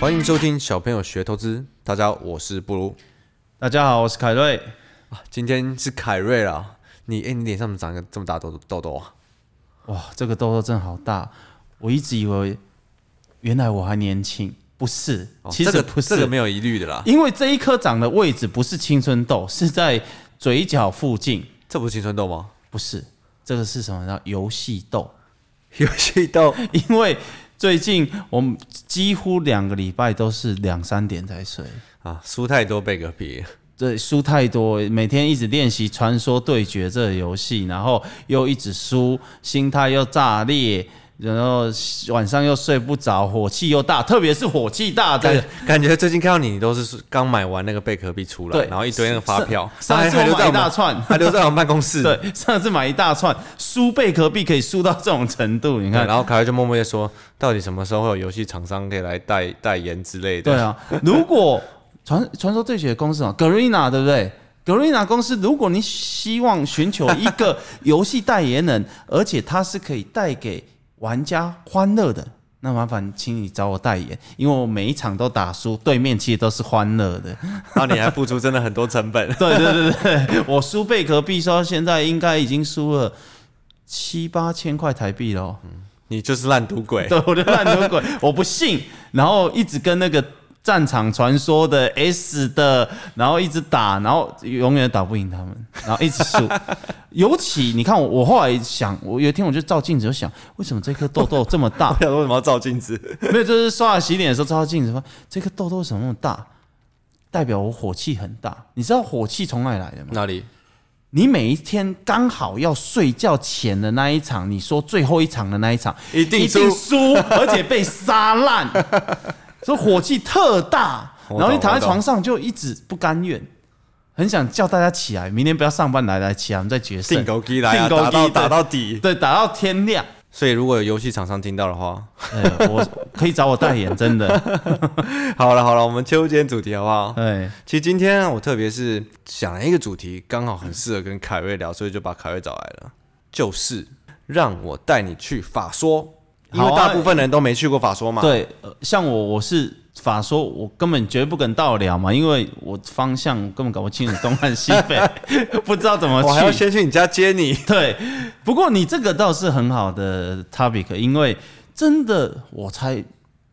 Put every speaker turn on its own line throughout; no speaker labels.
欢迎收听小朋友学投资。大家好，我是布鲁。
大家好，我是凯瑞。
啊今天是凯瑞啦，你哎、你脸上怎么长一个这么大痘痘痘啊？
哇，这个痘痘真的好大，我一直以为原来我还年轻，不是，
哦
其
这
实
个
不是，
这个没有疑虑的啦，
因为这一颗长的位置不是青春痘，是在嘴角附近，
这不是青春痘吗？
不是，这个是什么呢？游戏痘，
游戏痘
因为。最近我们几乎两个礼拜都是两三点才睡，
啊，输太多被嗝屁。
对，输太多，每天一直练习《传说对决》这个游戏，然后又一直输，心态又炸裂，然后晚上又睡不着，火气又大，特别是火气大的
感。感觉最近看到你，你都是刚买完那个贝壳币出来，
对
然后一堆那个发票，
上
还
上次
还留
我
在我
买一大
们，
串，
还留在我们办公室。对，
对，上次买一大串，输贝壳币可以输到这种程度，你看。
然后凯瑞就默默的说，到底什么时候会有游戏厂商可以来代代言之类的？
对啊，如果传传说对决公司啊，Garena 对不对？Garena 公司，如果你希望寻求一个游戏代言人，而且它是可以带给玩家欢乐的，那麻烦请你找我代言，因为我每一场都打输，对面其实都是欢乐 的。
然后你还付出真的很多成本。
对对对对对，我输贝壳币，说现在应该已经输了七八千块台币了哦。
你就是烂赌鬼。
对，我就烂赌鬼，我不信。然后一直跟那个战场传说的 S 的，然后一直打，然后永远打不赢他们，然后一直输。尤其你看我，我后来想，我有一天我就照镜子，就想为什么这颗痘痘这么大
我？ 想说为什么要照镜子？
没有，就是刷牙洗脸的时候照镜子，说这颗痘痘为什么那么大？代表我火气很大。你知道火气从哪里来的吗？
哪里？
你每一天刚好要睡觉前的那一场，你说最后一场的那一场，
一定
一定输，而且被杀 烂，所以火气特大。
我懂
然后你躺在床上就一直不甘愿，很想叫大家起来，明天不要上班来来起来，我们再决胜
定，勾机来啊，
定勾
打
机
到
对
打到底。
对，打到天亮。
所以如果有游戏厂商听到的话，
哎，我 可以找我代言，真的。
好了好了，我们切入今天主题好不好？
哎，
其实今天啊我特别是想了一个主题，刚好很适合跟凯瑞聊，所以就把凯瑞找来了，就是让我带你去法说，因为
好啊
大部分人都没去过法说嘛。
对，呃像我我是法说，我根本绝不敢到了嘛，因为我方向根本搞不清楚东南西 北，不知道怎么
我还要
去。
先去你家接你。
对，不过你这个倒是很好的 topic，因为真的我猜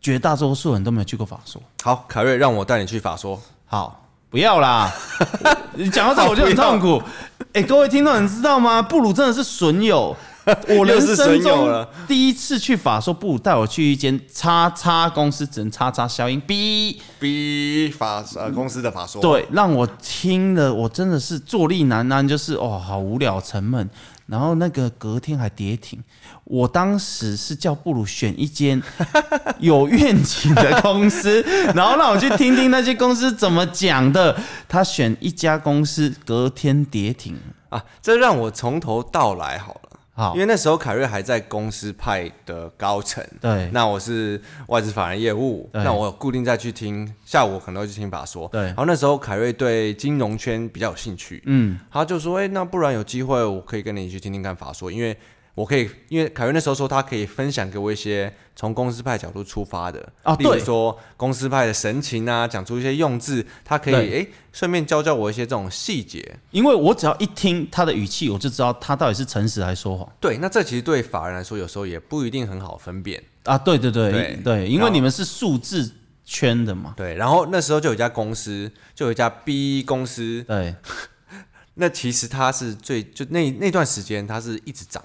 绝大多数人都没有去过法说。
好，凯瑞，让我带你去法说。
好，不 要啦！你讲到这我就很痛苦。哎、各位听众，你知道吗？布鲁真的是损友，我人
又是损
生
友
中
了
第一次去法说，布鲁带我去一间叉叉公司，只能叉叉消音 B。
B 法呃公司的法说，
对，让我听了，我真的是坐立难安，就是哦，好无聊、沉闷。然后那个隔天还跌停，我当时是叫布鲁选 一间有愿景的公司，然后让我去听听那些公司怎么讲的。他选一家公司，隔天跌停，
啊，这让我从头到来好了。
好
因为那时候凯瑞还在公司派的高层，
对
那我是外资法人业务，
对
那我有固定再去听，下午我可能会去听法说，
对
然后那时候凯瑞对金融圈比较有兴趣，嗯，他就说，哎、那不然有机会我可以跟你去听听看法说，因为我可以，因为凯瑞那时候说他可以分享给我一些从公司派角度出发的，
啊
例如
对
说公司派的神情啊，讲出一些用字，他可以
对
哎顺、便教教我一些这种细节，
因为我只要一听他的语气，我就知道他到底是诚实还是说谎
对，那这其实对法人来说，有时候也不一定很好分辨。
啊！对对对
对
对，
然
因
后
为你们是数字圈的嘛，
对，然后那时候就有一家公司，就有一家 B 公司，
对
那其实它是最就那那段时间它是一直涨，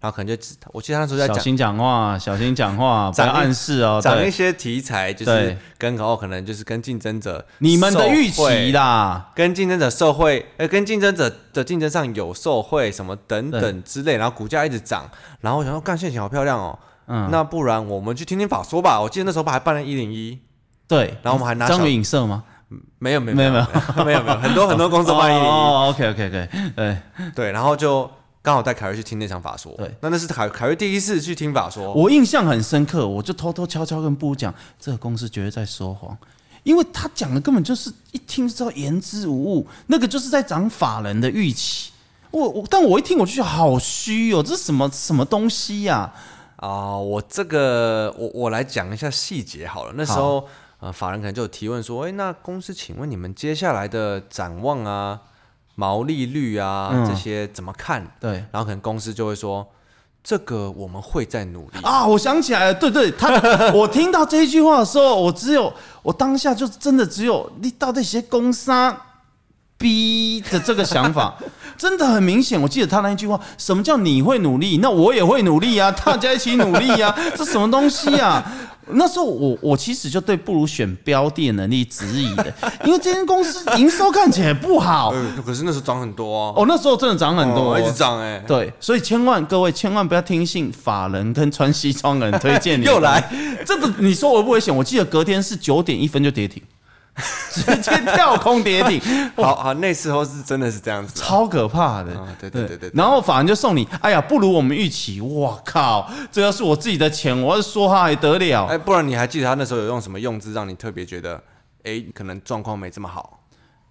然后可能就只我记得他那时候在
小
讲
心讲话，小心讲话，不要
长一
暗示哦。
讲
对
一些题材，就是
对
跟然后可能就是跟竞争者
你们的预
受贿
期啦，
跟竞争者受贿，呃，跟竞争者的竞争上有受贿什么等等之类，然后股价一直涨，然后我想说干线型好漂亮哦，嗯，那不然我们去听听法说吧，我记得那时候还办了一零一，
对。
然后我们还拿小
章鱼影射吗？
没有没有
没有
没有没有 没有很多很多公司卖一零一，
哦，OK 哎 OK OK，对，
对，然后就刚好带凯瑞去听那场法说，
对，
那那是凯凯瑞第一次去听法说，
我印象很深刻，我就偷偷悄悄跟布讲，这个公司绝对在说谎，因为他讲的根本就是一听就知道言之无物，那个就是在讲法人的预期。我我，但我一听我就觉得好虚哦，这是什么什么东西呀、
啊啊、我这个我我来讲一下细节好了，那时候呃，法人可能就有提问说，哎，那公司请问你们接下来的展望啊、毛利率啊、
嗯
这些怎么看？
对
然后可能公司就会说，这个我们会再努 力。
啊，我想起来了，对对，他我听到这一句话的时候，我只有我当下就真的只有你到底些攻杀逼的这个想法， 真的很明显。我记得他那一句话，什么叫你会努力？那我也会努力啊，大家一起努力啊， 这什么东西啊？那时候我我其实就对不如选标的的能力质疑的，因为这间公司营收看起来不好，
呃，可是那时候涨很多哦，
哦，那时候真的涨很多、
哦一直涨哎、
对，所以千万各位千万不要听信法人跟穿西装的人推荐你。
又来，
这个你说危不危险？我记得隔天是九点一分就跌停， 直接跳空跌 停，
好好，那时候是真的是这样子啊、
超可怕的。
啊对对对对对
然后法人就送你，哎呀，不如我们预期。哇靠，这要是我自己的钱，我要是说他还得了？
哎，不然你还记得他那时候有用什么用字让你特别觉得，哎，可能状况没这么好？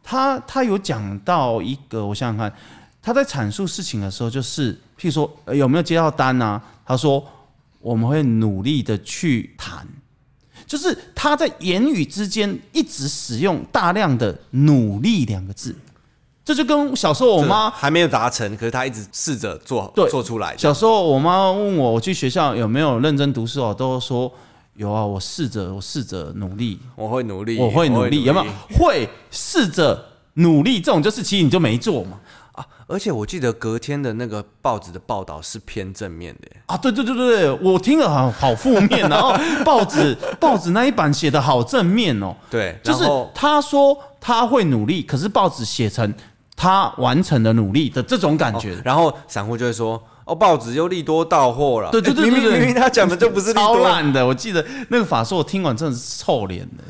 他他有讲到一个，我想想看，他在阐述事情的时候，就是譬如说、呃有没有接到单啊？他说我们会努力的去谈，就是他在言语之间一直使用大量的“努力”两个字，这就跟小时候我妈
就是还没有达成，可是他一直试着做
对
做出来的。
小时候，我妈问我，我去学校有没有认真读书哦，都说有啊，我试着，我试着努力，
我会努力，
我会努力，有没有？会试着努力？这种就是其实你就没做嘛。
啊？而且我记得隔天的那个报纸的报道是偏正面的耶，
啊，对对对对对，我听了好好负面，然后报纸报纸那一版写的好正面哦，
对，
就是
然后
他说他会努力，可是报纸写成他完成了努力的这种感觉
哦，然后散户就会说，哦，报纸又利多到货了，
对对对
哎
对
明明
对
明明他讲的就不是利
超
多，
烂的。我记得那个法说，我听完真的是臭脸的。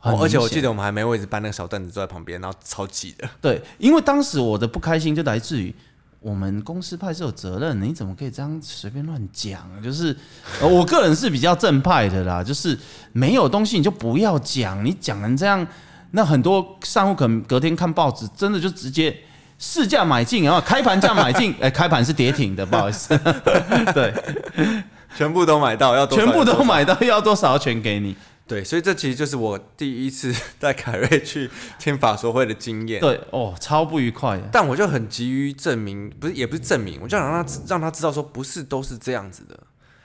很
哦而且我
明显
记得我们还没位置搬那个小凳子坐在旁边，然后超挤的。
对，因为当时我的不开心就来自于我们公司派是有责任的，你怎么可以这样随便乱讲啊？就是 呃我个人是比较正派的啦，就是没有东西你就不要讲，你讲成这样，那很多散户可能隔天看报纸，真的就直接。市价买进，然后开盘价买进，哎、 开盘是跌停的，不好意思， 对，
全部都买到，要多少
全部
有
都
多少
买到，要多少全给你。
对，所以这其实就是我第一次 带凯瑞去听法说会的经验。
对，哦，超不愉快的。
但我就很急于证明，不是也不是证明，我就想让他知让他知道说不是都是这样子的，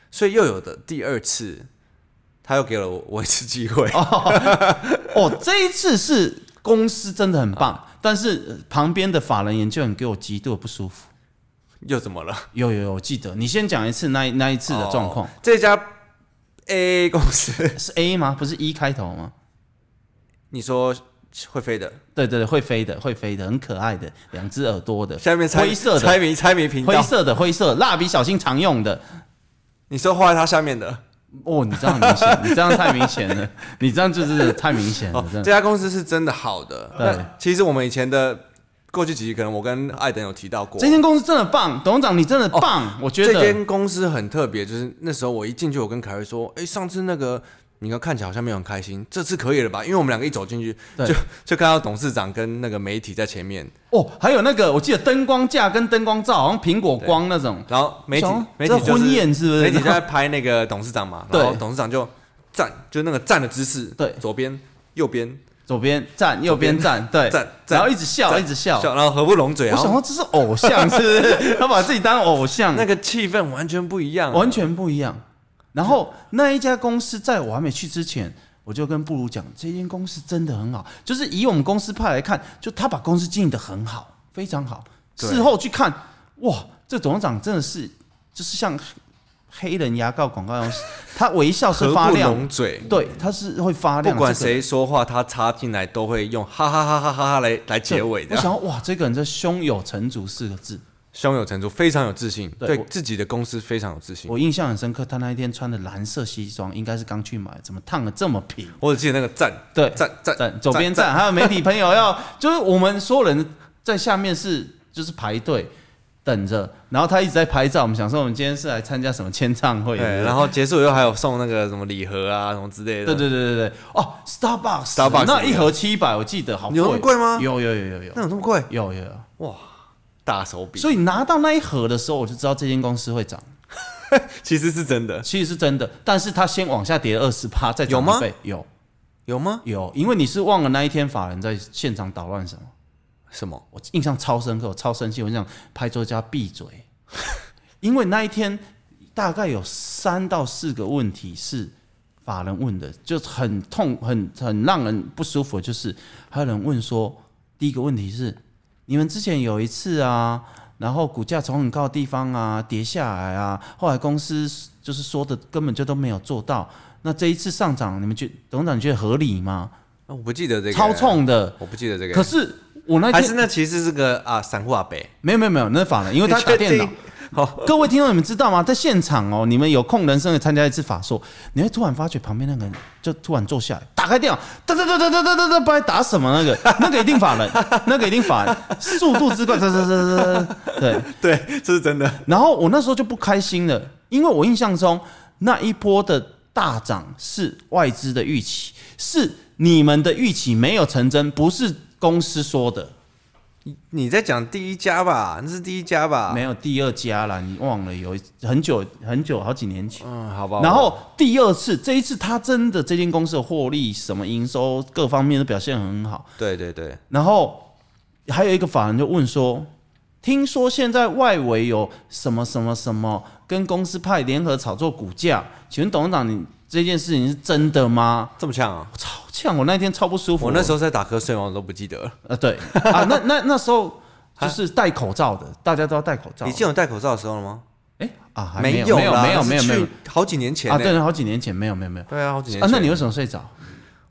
所以又有的第二次，他又给了我我一次机会。
哦，这一次是公司真的很棒，
啊
但是呃旁边的法人研究员给我极度的不舒服。
又怎么了？
有有有，我记得你先讲一次那一那一次的状况、
哦这家 A 公司，
是 A 吗？不是 E 开头吗？
你说会飞的，
对对对，会飞的，会飞的，很可爱的，两只耳朵的，
下面猜
灰色
猜
的，
谜猜谜频
灰
道，
色的，灰色，蜡笔小新常用的。
你说画在他下面的。
哦，你这样很明显，你这样太明显了， 你这样就是太明显了，哦真
这
的。
家公司是真的好的。
对
那其实我们以前的过去几集，可能我跟艾登有提到过
这。间公司真的棒，董事长你真的棒，我觉
哦这
得
间公司很特别，就是那时候我一进去，我跟凯瑞说：“哎，上次那个你看看起来好像没有很开心，这次可以了吧？”因为我们两个一走进去，
对
就就看到董事长跟那个媒体在前面，
哦，还有那个我记得灯光架跟灯光罩，好像苹果光那种。
然后媒体
想
媒体、就是、
这婚宴是不是
媒体就在拍那个董事长 嘛，
对
然后董事长就站，就那个站的姿势，
对
左边右边
左边站，右边站，对，
站站
然后一直笑，
站
一直笑。
然后合不拢嘴，
我
然
想
后
说这是偶像，是不 是？他把自己当偶像，
那个气氛完全不一样，啊
完全不一样。然后那一家公司，在我还没去之前，我就跟布鲁讲，这间公司真的很好，就是以我们公司派来看，就他把公司经营的很好，非常好。
对
事后去看，哇，这董事长真的是就是像黑人牙膏广告一样，他微笑是
合
发
不
亮，
拢嘴，
对，他是会发
不
亮。
管
这个
谁说话，他插进来都会用哈哈哈哈哈哈来来结尾
我
的，
想要哇，这个人这胸有成竹四个字，
胸有成竹，非常有自信，
对
对
我
自己的公司非常有自信。
我印象很深刻。他那一天穿的蓝色西装，应该是刚去买，怎么烫的这么平？
我只记得那个站
对，
站站
站左边站，还有媒体朋友要，就是我们所有人在下面是就是排队等着，然后他一直在拍照。我们想说，我们今天是来参加什么签唱会？
对，然
后
后结束以后还有送那个什么礼盒啊，什么之类的。
嗯对对对对对，哦，Starbucks
Starbucks
那一盒七百，我记得好
有那么贵吗
有有有有有
那有这么贵？
有有有，
哇，大手笔，
所以拿到那一盒的时候，我就知道这间公司会涨。
其实是真的。
其实是真的，但是它先往下跌二十趴，再涨
有吗
一倍有，
有吗？
有，因为你是忘了那一天法人在现场捣乱什么，
什么？
我印象超深刻，我超生气，我就想拍桌叫他闭嘴， 因为那一天大概有三到四个问题是法人问的，就很痛，很很让人不舒服，就是还有人问说，第一个问题是你们之前有一次啊。然后股价从很高的地方啊跌下来啊，后来公司就是说的根本就都没有做到。那这一次上涨，你们觉董事长你觉得合理吗？
啊我不记得这个。
超，冲的。
我不记得这个。
可是我那
还
天
是那其实是个啊散户阿北，
没有没有没有，那是法人，因为 他
你
打
确
电脑
定。 哦好，
各位听众，你们知道吗？在现场哦，你们有空人生的参加一次法硕，你会突然发觉旁边那个人就突然坐下来，打开电脑，哒哒哒哒哒哒哒哒，不知道在打什么那个，那个一定 法人，那个一定法人，速度之快，哒哒哒哒哒，对。
对，这是真的。
然后我那时候就不开心了，因为我印象中那一波的大涨是外资的预期，是你们的预期没有成真，不是公司说的，
你在讲第一家吧？那是第一家吧？
没有第二家啦，你忘了有一很久很久好几年前。
嗯，好吧。
然后第二次，这一次他真的这间公司的获利、什么营收各方面都表现很好。
对对对，
然后还有一个法人就问说：“听说现在外围有什么什么什么跟公司派联合炒作股价，请问董事长，你这件事情是真的吗
这么呛啊？”
我超呛，我那天超不舒服。
我那时
候
候在打瞌睡嘛，我都不记得了。
呃，对啊，那那那时候就是戴口罩的，大家都要戴口罩。
你记得我戴口罩的时候了吗？
哎啊，还
没
有没
啦
没有
那是
没有没有
去好几年前
啊，
呢
对，对好几年前没有没有没有
对啊，好几年
啊
前。，
那你为什么睡着？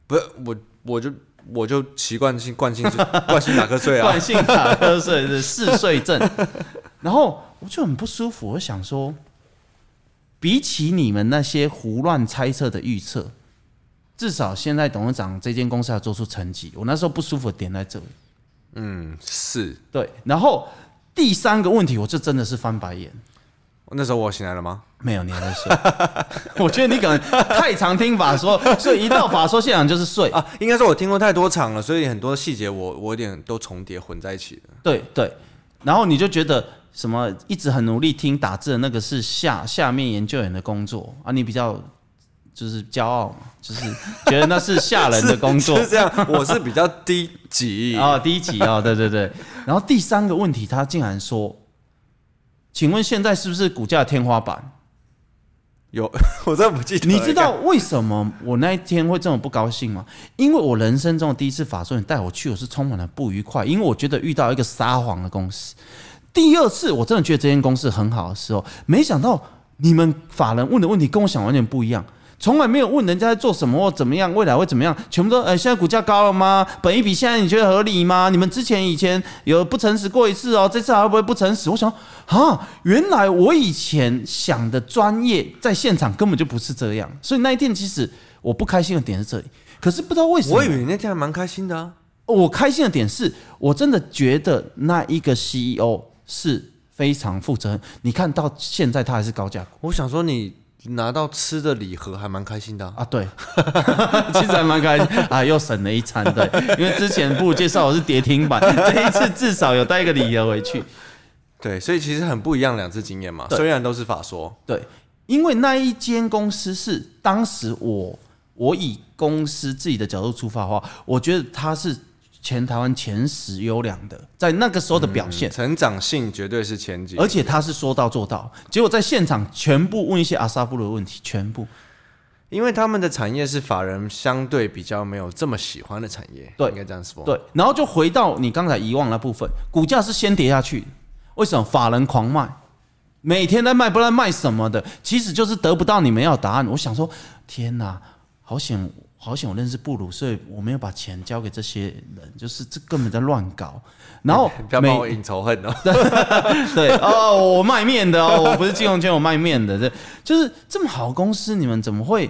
不是我，我就我就习惯性惯性 惯性打瞌睡啊
惯。性打瞌睡是 嗜睡症，然后我就很不舒服，我想说，比起你们那些胡乱猜测的预测，至少现在董事长这间公司要做出成绩。我那时候不舒服的点在这里，
嗯，是。
对，然后第三个问题，我就真的是翻白眼。
那时候我醒来了吗？
没有，你还在睡。 我觉得你可能太常听法说，所以一到法说现场就是睡。
啊，应该说我听过太多场了，所以很多细节我我有点都重叠混在一起了。
对对，然后你就觉得什么一直很努力听打字的那个是下下面研究员的工作啊，你比较就是骄傲嘛，就是觉得那是下人的 工作
是这样，我是比较低 级。
啊、第一集啊、对对对，然后第三个问题他竟然说，请问现在是不是股价的天花板？
有，我真的不记得了。
你知道为什么我那一天会这么不高兴吗？因为我人生中的第一次法说你带我去，我是充满了不愉快，因为我觉得遇到一个撒谎的公司。第二次我真的觉得这间公司很好的时候，没想到你们法人问的问题跟我想完全不一样。从来没有问人家在做什么或怎么样，未来会怎么样，全部都呃，现在股价高了吗？本一比现在你觉得合理吗？你们之前以前有不诚实过一次哦，这次还会不会不诚实？我想啊，原来我以前想的专业在现场根本就不是这样，所以那一天其实我不开心的点是这里，可是不知道为什么，
我以为你那天还蛮开心的啊。
我开心的点是我真的觉得那一个 CEO 是非常负责任。你看到现在他还是高价股
我想说你拿到吃的礼盒还蛮开心的啊、
啊，对， 其实还蛮开心啊，又省了一餐。对，因为之前不如介绍我是跌停板，这一次至少有带一个礼盒回去。
对，所以其实很不一样两次经验嘛，
对
虽然都是法说，
对，因为那一间公司是当时我我以公司自己的角度出发的话，我觉得它是全台湾前十优良的，在那个时候的表现。
成长性绝对是前几。
而且他是说到做到，结果在现场全部问一些阿萨布鲁的问题，全部
因为他们的产业是法人相对比较没有这么喜欢的产业，
对
应该这样说。
对，然后就回到你刚才遗忘那部分，股价是先跌下去，为什么法人狂卖？每天在卖，不知道卖什么的，其实就是得不到你们要的答案。我想说，天哪，好险，好险，我认识布鲁，所以我没有把钱交给这些人，就是这根本在乱搞。然后
不要
每
帮我引仇恨哦。
对哦，我卖面的哦，我不是金融圈，我卖面的，这就是这么好的公司，你们怎么会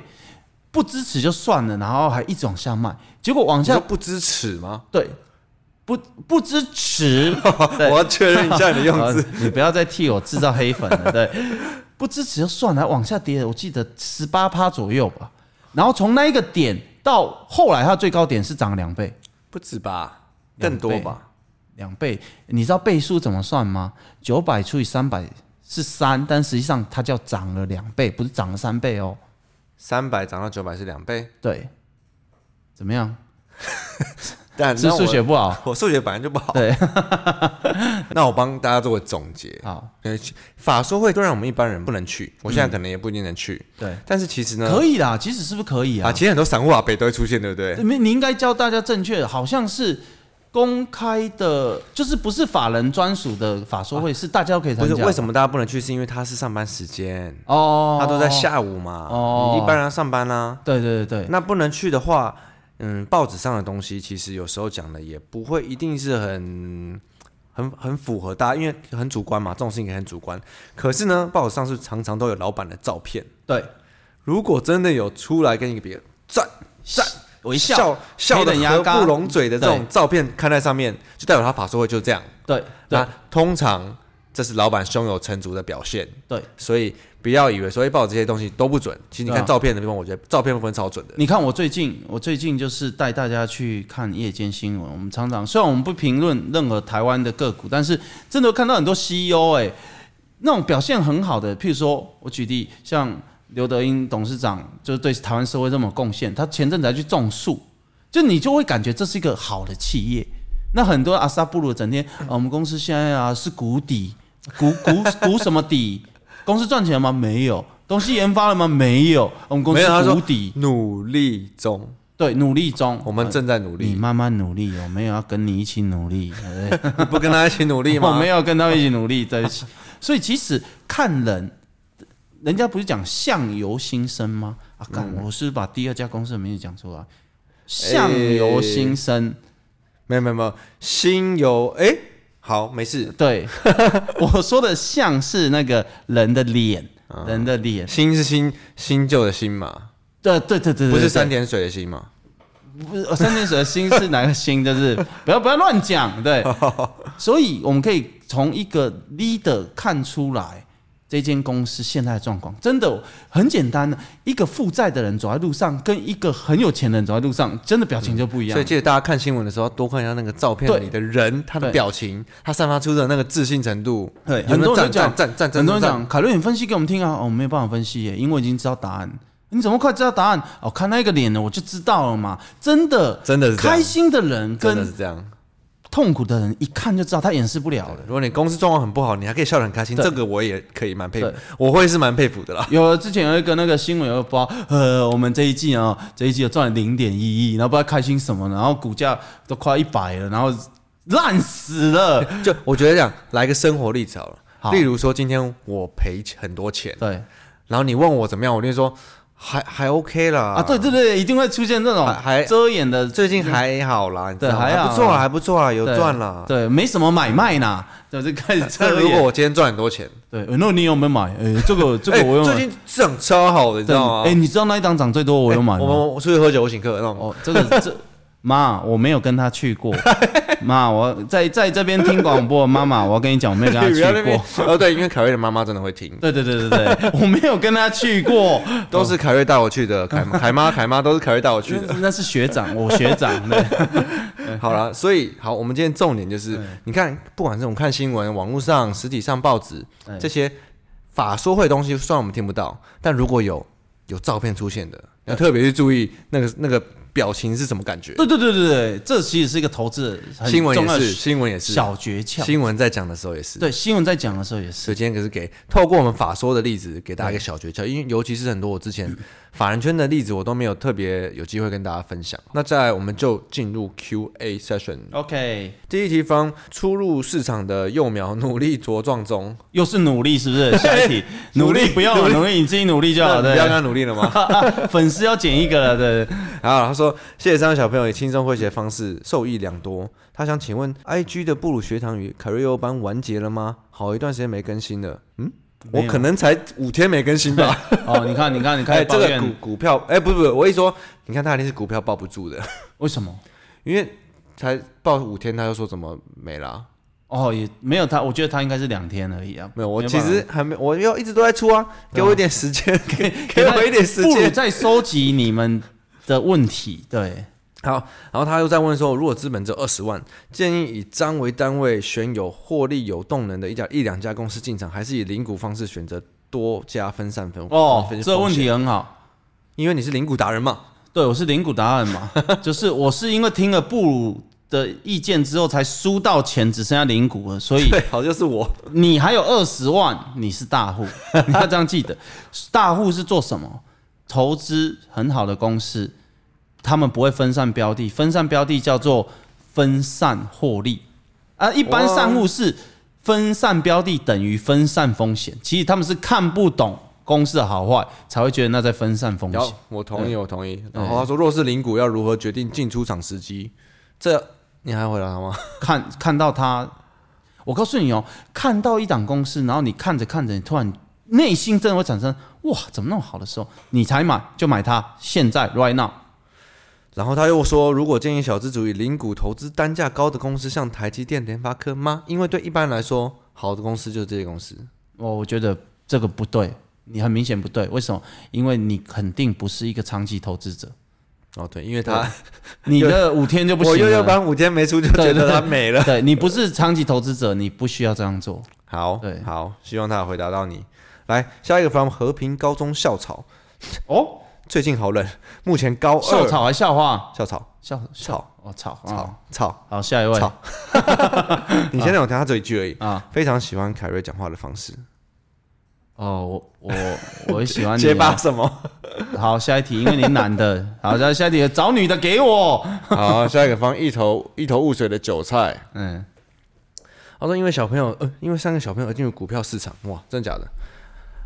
不支持就算了，然后还一直往下卖？结果往
你说
下
不支持吗？
对不不支 持， 对呃
我要确认一下你的用 字
好。你不要再替我制造黑粉了。对，不支持就算了，往下跌，我记得十八趴左右吧。然后从那一个点到后来，它最高点是涨了两倍。
不止吧，更多
两
吧。
两倍，你知道倍数怎么算吗？九百除以三百是三，但实际上它叫涨了两倍，不是涨了三倍哦。
三百涨到九百是两倍，
对，怎么样？
但
是
那我
数学不好？
我 数学本来就不好。
对，
那我帮大家做个总结。
好，
呃，法说会虽然我们一般人不能去，我现在可能也不一定能去，
对，
但是其实呢，
可以啦，其实是不是可以
啊，
啊？
其实很多散户阿北都会出现，对不对？
你你应该教大家正确，好像是公开的，就是不是法人专属的法说会，是大家都可以
啊不
参
是
加。
为
么？
什么大家不能去？是因为他是上班时间，
哦，
他都在。下午嘛，
哦
你一般人要上班啦、
对对对对，
那不能去的话，嗯，报纸上的东西其实有时候讲的也不会一定是很很很符合大家，因为很主观嘛，这种事情也很主观。可是呢，报纸上是常常都有老板的照片，
对，
如果真的有出来跟一个别人赞赞
微笑，
笑笑的
黑人牙
合
膏
不拢嘴的这种照片看在上面，就代表他法说会就这样。
对
那
对
通常这是老板胸有成竹的表现，
对。
所以不要以为说哎报纸这些东西都不准，其实你
对啊
看照片的地方，我觉得照片部分超准的。
你看我最近，我最近就是带大家去看夜间新闻。我们常常虽然我们不评论任何台湾的个股，但是真的看到很多 CEO 哎、那种表现很好的，譬如说我举例，像刘德英董事长，就是对台湾社会这么有贡献，他前阵子还去种树，就你就会感觉这是一个好的企业。那很多阿萨布鲁整 天，啊我们公司现在啊是谷底，谷 谷谷什么底？公司赚钱了吗？没有。东西研发了吗？没有。我们公
没有他
司
说
谷底。
努力中，
对，努力中，
我们正在努
你
力。
慢慢努力，我没有要跟你一起 努力，对不对
你不跟他一起努力
嗯 我
吗？
没有跟他们一起努力在一起。所以其实看人，人家不是讲相由心生吗？啊，干，
嗯
我是不是把第二家公司的名字讲出来，
哎
相由心生。
没有没有没有，心有哎、好没事，
对， 我说的像是那个人的脸，
啊
人的脸。
心是新新旧的新嘛，
对对对对，对
不是
对
三点水的心嘛。
不是呃三点水的心是哪个心？ 就是不要不要乱讲，对。所以我们可以从一个 leader 看出来这间公司现在的状况。真的很简单的，一个负债的人走在路上，跟一个很有钱的人走在路上，真的表情就不一样
所以。记得大家看新闻的时候，多看一下那个照片
对
里的人，他的
对
表情，他散发出的那个自信程度。
对，
有
很
没有
多
赞
人就讲
赞，赞赞赞，
很多人
赞
讲，凯伦，你分析给我们听啊！哦，我没有办法分析耶，因为我已经知道答案。你怎么快知道答案？哦，看那个脸了，我就知道了嘛。真的，
真的是这样
开心的人
真的
跟
是这样。
痛苦的人，一看就知道他掩饰不了了。
如果你公司状况很不好，你还可以笑得很开心，
对
这个我也可以蛮佩服
对，
我会是蛮佩服的啦。
有之前有一个那个新闻有报，呃，我们这一季啊、这一季有赚零点一亿，然后不知道开心什么，然后股价都快一百了，然后烂死了。
就我觉得这样，来个生活例子好了。
好
例如说，今天我赔很多钱，
对
然后你问我怎么样，我就说还还 OK 啦。
啊，对对对，一定会出现这种
还还
遮掩的，
最近还好啦，你知
对
道吗
还好
不错啦，还不错啦，有
对
赚啦。
对，没什么买卖呐，对，就开始
但
遮
如果
掩。
我今天赚很多钱，
对，呃那你有没有买？呃，这个这个
哎
我有买。
最近市场超好的，你知
对
道吗？
哎，你知道那一档涨最多，我有买
哎
吗
我？们我出去喝酒，我请客那 种。
哦，这个这妈，我没有跟他 去过。妈，我在在这边听广播，妈妈，我跟你讲，我没有跟他
不要那
去
边
过。
哦，对，因为凯瑞的妈妈真的会听，
对对对对对， 我没有跟他去过，
都是凯瑞带我去的，凯凯妈凯妈都是凯瑞带我去的。
那那是学长，我学长对，
好了，所以好，我们今天重点就是，
哎
你看，不管是我们看新闻、网络上、实体上、报纸
对
这些法说会的东西，虽然我们听不到，但如果有有照片出现的，要特别去注意那个那个表情是什么感觉。
对对对对对，这其实是一个投资很
新闻
重要
也
的
是，新闻也是，
小诀窍。
新闻在讲的时候也是。
对，新闻在讲的时候也是，
所以今天可是给透过我们法说的例子，给大家一个小诀窍，因为尤其是很多我之 前法人圈的例子，我都没有特别有机会跟大家分享。那再来，我们就进入 Q&A session。
OK，
第一题方初入市场的幼苗努力茁壮中，
又是努力是 不是？下一题，努力不用
努
了
力
努力，你自己努力就
那
好。
你不要跟
对，
他努力了吗？
粉丝要减一个了，对对。
然后他说，谢谢三位小朋友以轻松诙谐的方式受益良多。他想请问，IG 的布鲁学堂与凯瑞欧班完结了吗？好一段时间没更新了，嗯，
没
我
有
可能才五天没更新 吧。
哦，你看，你看，你
哎，这
看，抱
个股
怨
股票，哎，不是不是，我一说，你看他一定是股票抱不 住的，
为什么？
因为才抱五天，他就说怎么没啦？
哦，也没有他，我觉得他应该是两天而已啊。
没有，我
办
其
法
实还没，我要一直都在出啊，给我一点时间， 给 给
他
我一点时
不如
间。
在收集你们的问题，对。
好，然后他又在问说，如果资本只有二十万，建议以张为单位选有获利有动能的一家一两家公司进场，还是以零股方式选择多家分散分
哦
分，
这个问，
分
题啊
风险
很好。
因为你是零股达人嘛，
对，我是零股答案嘛， 就是我是因为听了布鲁的意见之后，才输到钱只剩下零股了，所以
对，好像是我。
你还有二十万，你是大户， 你要这样记得。大户是做什么？投资很好的公司，他们不会分散标的，分散标的叫做分散获利，啊，一般散户是分散标的等于分散风险，其实他们是看不懂公司的好坏，才会觉得那在分散风
然
险
后。我同意，我同意。然后他说，弱势领股要如何决定进出场时机？这你还回答他吗？
看看到他，我告诉你哦，看到一档公司，然后你看着看着，你突然内心真的会产生哇，怎么那么好的时候，你才买就买它，现在 right now，
然后他又说，如果建议小资主以零股投资单价高的公司，像台积电、联发科吗？因为对一般人来说，好的公司就是这些公司。
哦我我觉得这个不对，你很明显不对，为什么？因为你肯定不是一个长期投资者，
哦，对，因为他
你的五天就不
我
行
又要
了。
班五天没出，就
对
觉
对
得他没了。
对你不是长期投资者，你不需要这样做。
好，
对
好，希望他回答到你。来，下一个 from 和平高中校草，
哦，
最近好冷，目前高二
校草还校花，
校草
校
草
哦草哦
草草，
好，下一位
草你先让我听他这一句而已。
啊
非常喜欢凯瑞讲话的方式，
哦，我我我也喜欢你
结
啊
巴什么？
好，下一题，因为你 男的，好，下下一题，找女的给我。
好，下一个方一头一头雾水的韭菜，
嗯，
他说因为小朋友，呃，因为三个小朋友而进入股票市场，哇，真的假的？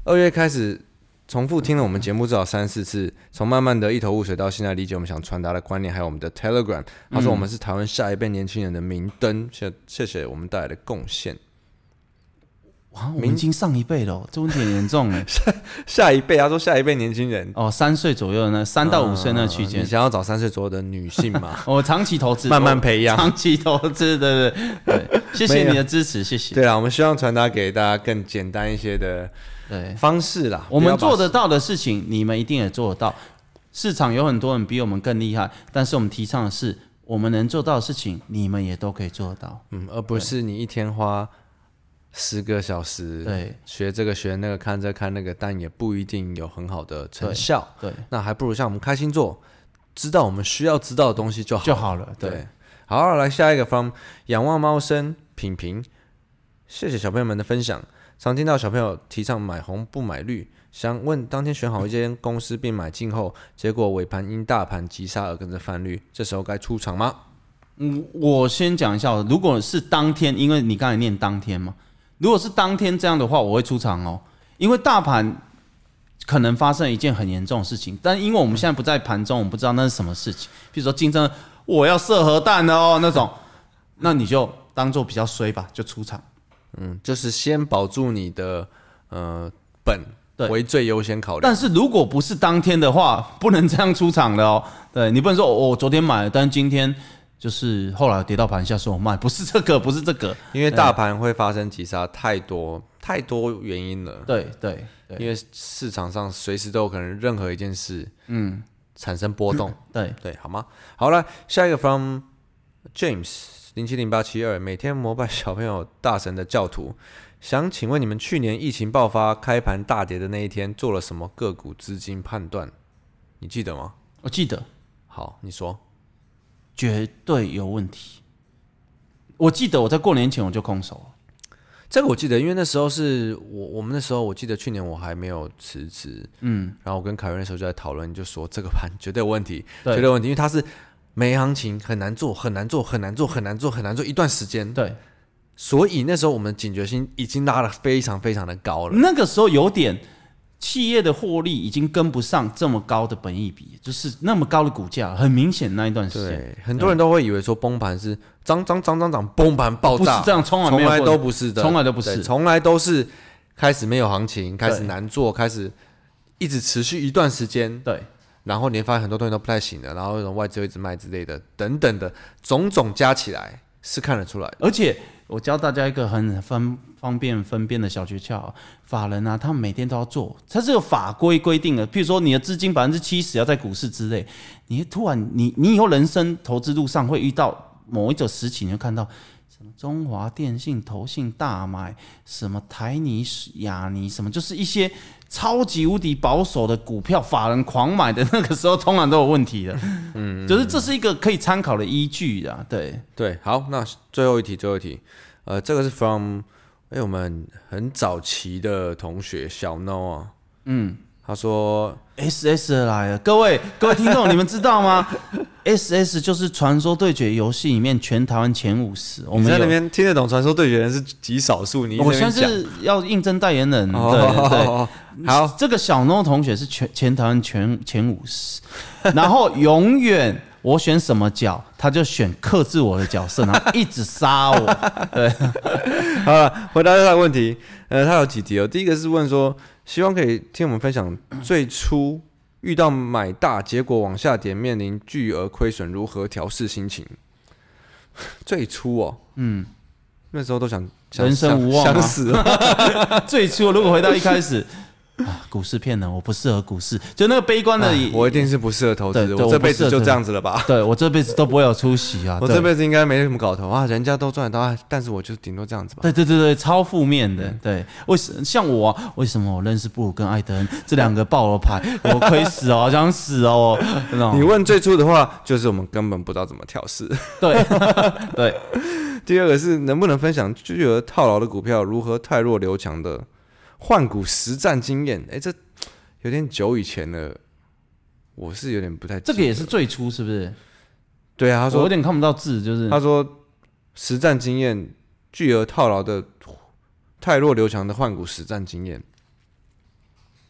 二月开始重复听了我们节目至少三四次，从慢慢的一头雾水到现在理解我们想传达的观念，还有我们的 Telegram。他说我们是台湾下一辈年轻人的明灯，谢谢谢我们带来的贡献。
哇，我们已经上一辈了哦，这问题很 严重哎。
下一辈，他说下一辈年轻人
哦，三岁左右呢，三到五岁那区
你
间，
想要找三岁左右的女性 吗？
我长期投资，
啊慢慢培养
我长期投资，对对对，谢
没
谢
有
你的支持，谢谢。
对啦，我们希望传达给大家更简单一些的
对，
方式啦。
我们
不要把
做得到的事情，你们一定也做得到。市场有很多人比我们更厉害，但是我们提倡的是，我们能做到的事情，你们也都可以做得到。
嗯，而不是你一天花十个小时，
对，
学这个学那个，看这看那个，但也不一定有很好的成效。
对，
那还不如像我们开心做，知道我们需要知道的东西就好。
就好了。对，
对，好，来下一个 from 仰望猫生品评，谢谢小朋友们的分享。常听到小朋友提倡买红不买绿，想问当天选好一间公司并买进后，结果尾盘因大盘急杀而跟着翻绿，这时候该出场吗？
嗯，我先讲一下，如果是当天，因为你刚才念当天嘛，如果是当天这样的话，我会出场哦，因为大盘可能发生一件很严重的事情，但因为我们现在不在盘中，我们不知道那是什么事情，比如说竞争，我要射核弹的哦那种，那你就当做比较衰吧，就出场。
嗯，就是先保住你的呃本
对
为最优先考量。
但是如果不是当天的话，不能这样出场的哦。对你不能说、哦我昨天买了，但今天就是后来跌到盘下，说我卖，不是这个，不是这个，
因为大盘会发生急杀，太多太多原因了。
对对对
因为市场上随时都有可能任何一件事，嗯，产生波动。
对，
对，好吗？好了，下一个 from James 零七零八七二，每天膜拜小朋友大神的教徒，想请问你们去年疫情爆发开盘大跌的那一天，做了什么个股资金判断？你记得吗？
我记得。
好，你说。
绝对有问题。我记得我在过年前我就空手了，
这个我记得，因为那时候是我我们那时候，我记得去年我还没有辞职，嗯，然后我跟凯瑞那时候就在讨论，就说这个盘绝对有问题，
对
绝对有问题，因为它是没行情，很难做，很难做，很难做，很难做，很难做一段时间，
对，
所以那时候我们警觉心已经拉得非常非常的高了，
那个时候有点企业的获利已经跟不上这么高的本益比，就是那么高的股价，很明显那一段时间
对，很多人都会以为说崩盘是涨涨涨涨涨，崩盘爆
不是
炸，
这样，从来没
从
有
来
过
都不是的，
从来都不
对
是，
从来都是开始没有行情，开始
对
难做，开始一直持续一段时间。
对
然后你会发现很多东西都不太行了，然后那种外资会一直卖之类的，等等的种种加起来是看得出来的。
而且我教大家一个很方方便分辨的小诀窍啊、法人啊，他们每天都要做，它是有法规规定的。譬如说，你的资金百分之七十要在股市之内，你突然你你以后人生投资路上会遇到某一种时期，你会看到什么中华电信、投信大买，什么台泥、亚泥，什么就是一些超级无敌保守的股票，法人狂买的那个时候，通常都有问题的。嗯，就是这是一个可以参考的依据啊。对，
对，好，那最后一题，最后一题，呃，这个是 from 哎、我们很早期的同学小 No 啊，嗯，他说
S S 来了，各位各位听众，你们知 道吗？S S 就是《传说对决》游戏里面全台湾前五十，我
你
们
在那
有
边听得懂传说对决的人是极少数，你一直
我
在
现
那边讲。
在是要应征代言人，对对。
哦， 好，
这个小 No 同学是全全台湾全前五十，然后永远我选什么角，他就选克制我的角色，然后一直杀 我。
好了，回答他的问题，呃，他有几题哦。第一个是问说，希望可以听我们分享最初遇到买大，结果往下跌，面临巨额亏损，如何调试心情？最初哦，嗯，那时候都想想
人生无望
想
啊
想死了。
最初如果回到一开始，啊，股市骗人，我不适合股市，就那个悲观的也，
啊我一定是不适合投资，
对对
我
我
这
不
辈
适
子
合
就
这
这样子了吧。
对我这辈子都不会有出息啊。
我
对
这辈子应该没什么搞头啊，人家都赚得到，啊但是我就顶多这样子吧。
对对对对，超负面的。
嗯
对，为什像我啊、为什么我认识布鲁跟艾德恩这两个爆了牌， 我亏死哦，好想死哦。那
你
种
问最初的话，就是我们根本不知道怎么调试。
对对，
第二个是能不能分享巨额套牢的股票如何汰弱留强的换股实战经验？哎，这有点久以前了，我是有点不太记
这
得
个也是最初是不是？
对啊。他
我有
说
点看不到字，就是
他说实战经验巨额套牢的汰弱留强的换股实战经验，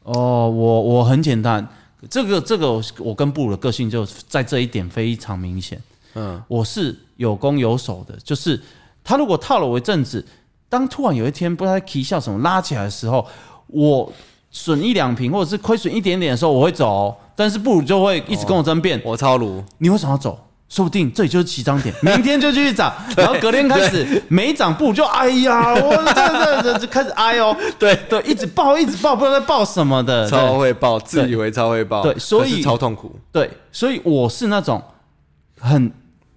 哦，我我很简单，这个这个我我跟布鲁的个性就在这一点非常明显。
嗯，
我是有攻有守的，就是他如果套了我一阵子，当突然有一天不知道他啼笑什么拉起来的时候，我损一两瓶或者是亏损一点点的时候，我会走哦、但是布鲁就会一直跟我争辩，
我超卢
你为什么要走？说不定这里就是起涨点，明天就继续 涨，然后隔天开始每涨不就哎呀，我这这这这开始 哎哦，对对，一直爆一直爆，不知道在爆什么的，对
超会爆，自以为超会爆，
对所以
可是超痛苦。
对，所以我是那种很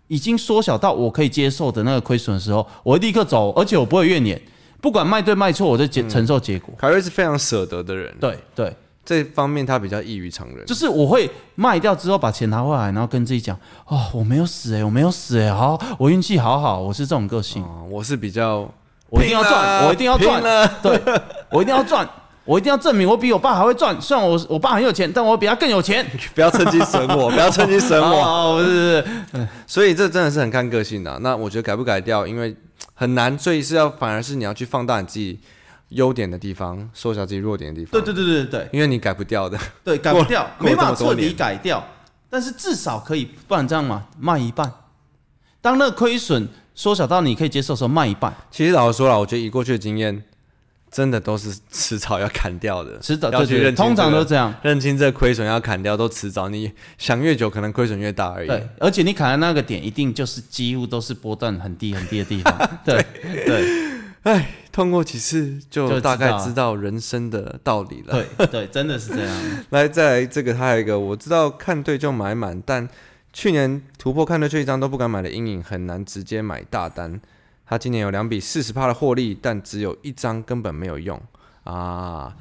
已经缩小到我可以接受的那个亏损的时候，我会立刻走，而且我不会怨言，不管卖对卖错，我就接承受结果。
凯瑞是非常舍得的人，
对对，
这方面他比较异于常人，
就是我会卖掉之后把钱拿回来，然后跟自己讲：哦，我没有死哎、我没有死哎、好，我运气好好，我是这种个性，
哦，我是比较
我一定要
拼了
赚，我一定要赚
拼了，
对我一定要赚。我一定要证明我比我爸还会赚，虽然我我爸很有钱，但我比他更有钱。
不要趁机损 我，不要趁机损我。
哦，不是不是，
所以这真的是很看个性的啊、那我觉得改不改掉，因为很难，所以是要反而是你要去放大你自己优点的地方，缩小自己弱点的地方。
对对对对对，
因为你改不掉的。
对，改不掉，
过了
没办法
这么多
彻
年
底改掉，但是至少可以，不然这样嘛，卖一半。当那个亏损缩小到你可以接受的时候，卖一半，
其实老实说了，我觉得以过去的经验，真的都是迟早要砍掉的，
迟早
要
对
去
对，
认
对
清、
通常都这样。
认清这亏损要砍掉，都迟早。你想越久，可能亏损越大而已。
对，而且你砍的那个点，一定就是几乎都是波段很低很低的地 方。对对
哎，通过几次
就
就
知
大概
道了
知道人生的道理了。
对对，真的是这样。
来，再来这个，还有一个，我知道看对就买满，但去年突破看对这一张都不敢买的阴影，很难直接买大单。他今年有两笔四十趴的获利，但只有一张根本没有用啊！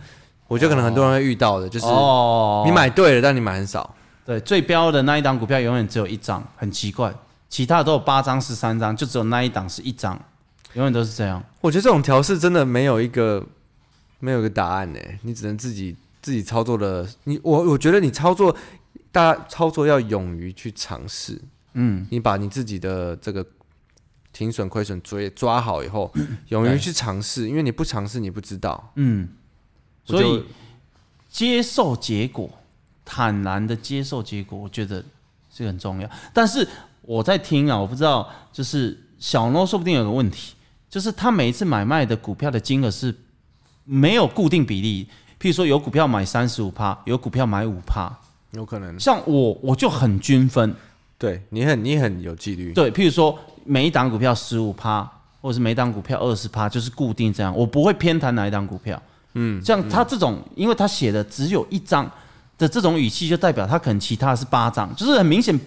我觉得可能很多人会遇到的，就是
哦
你买对了，但你买很少。
对最标的那一档股票永远只有一张，很奇怪，其他都有八张、十三张，就只有那一档是一张，永远都是这样。
我觉得这种调试真的没有一个没有一个答案呢，你只能自己自己操作的。你我我觉得你操作，大家操作要勇于去尝试。嗯，你把你自己的这个停损亏损追抓好以 后，勇于去尝试，因为你不尝试你不知道。
嗯，
我
所
就
以接受结果，坦然的接受结果，我觉得是很重要。但是我在听啊，我不知道，就是小诺说不定有个问题，就是他每一次买卖的股票的金额是没有固定比例，譬如说有股票买三十五趴，有股票买五趴。
有可能
像我，我就很均分，
对你很你很有纪律，
对，譬如说每一档股票十五趴，或者是每一档股票二十趴，就是固定这样，我不会偏袒哪一档股票。嗯，像他这种，因为他写的只有一张的这种语气，就代表他可能其他是八张，就是很明显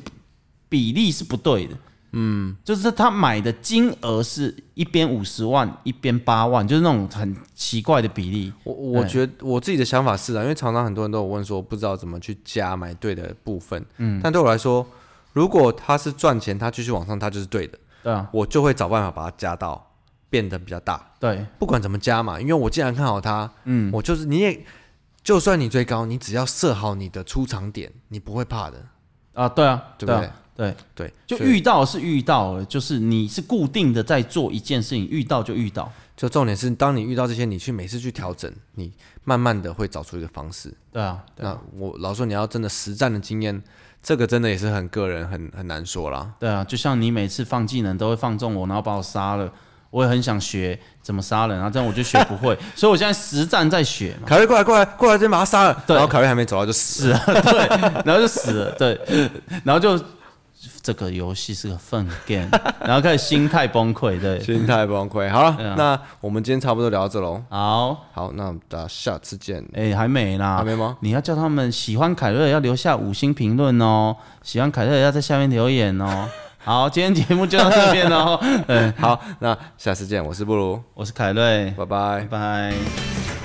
比例是不对的。嗯，就是他买的金额是一边五十万，一边八万，就是那种很奇怪的比例。
我我觉得我自己的想法是啊，因为常常很多人都有问说，不知道怎么去加买对的部分。嗯，但对我来说，如果他是赚钱，他继续往上，他就是对的，
对啊，
我就会找办法把它加到变得比较大，
对，
不管怎么加嘛，因为我既然看好它，嗯，我就是你也，就算你最高，你只要设好你的出场点，你不会怕的，
啊，对啊，
对不
对
对？
啊对，
对，
就
所以
遇到是遇到了，就是你是固定的在做一件事情，遇到就遇到，
就重点是，当你遇到这些，你去每次去调整，你慢慢的会找出一个方式。
对啊，对
那我老实说，你要真的实战的经验，这个真的也是很个人，很很难说啦。
对啊，就像你每次放技能都会放中我，然后把我杀了，我也很想学怎么杀人，然后这样我就学不会， 所以我现在实战在学
嗯
嘛，
凯瑞过来，过来，过来，这边把他杀了。
对
然后凯瑞还没走到就死了。
然后就死了，对，然后就这个游戏是个 fun game，然 后开始心态崩溃，对，
心态崩溃。好了，那我们今天差不多聊到这喽。
好，
好，那大家下次见。
哎、还没啦，
还没吗？
你要叫他们喜欢凯瑞的要留下五星评论哦，喜欢凯瑞的要在下面留言哦。好，今天节目就到这边哦。嗯，
好，那下次见。我是布鲁，
我是凯瑞，
拜拜
拜。拜。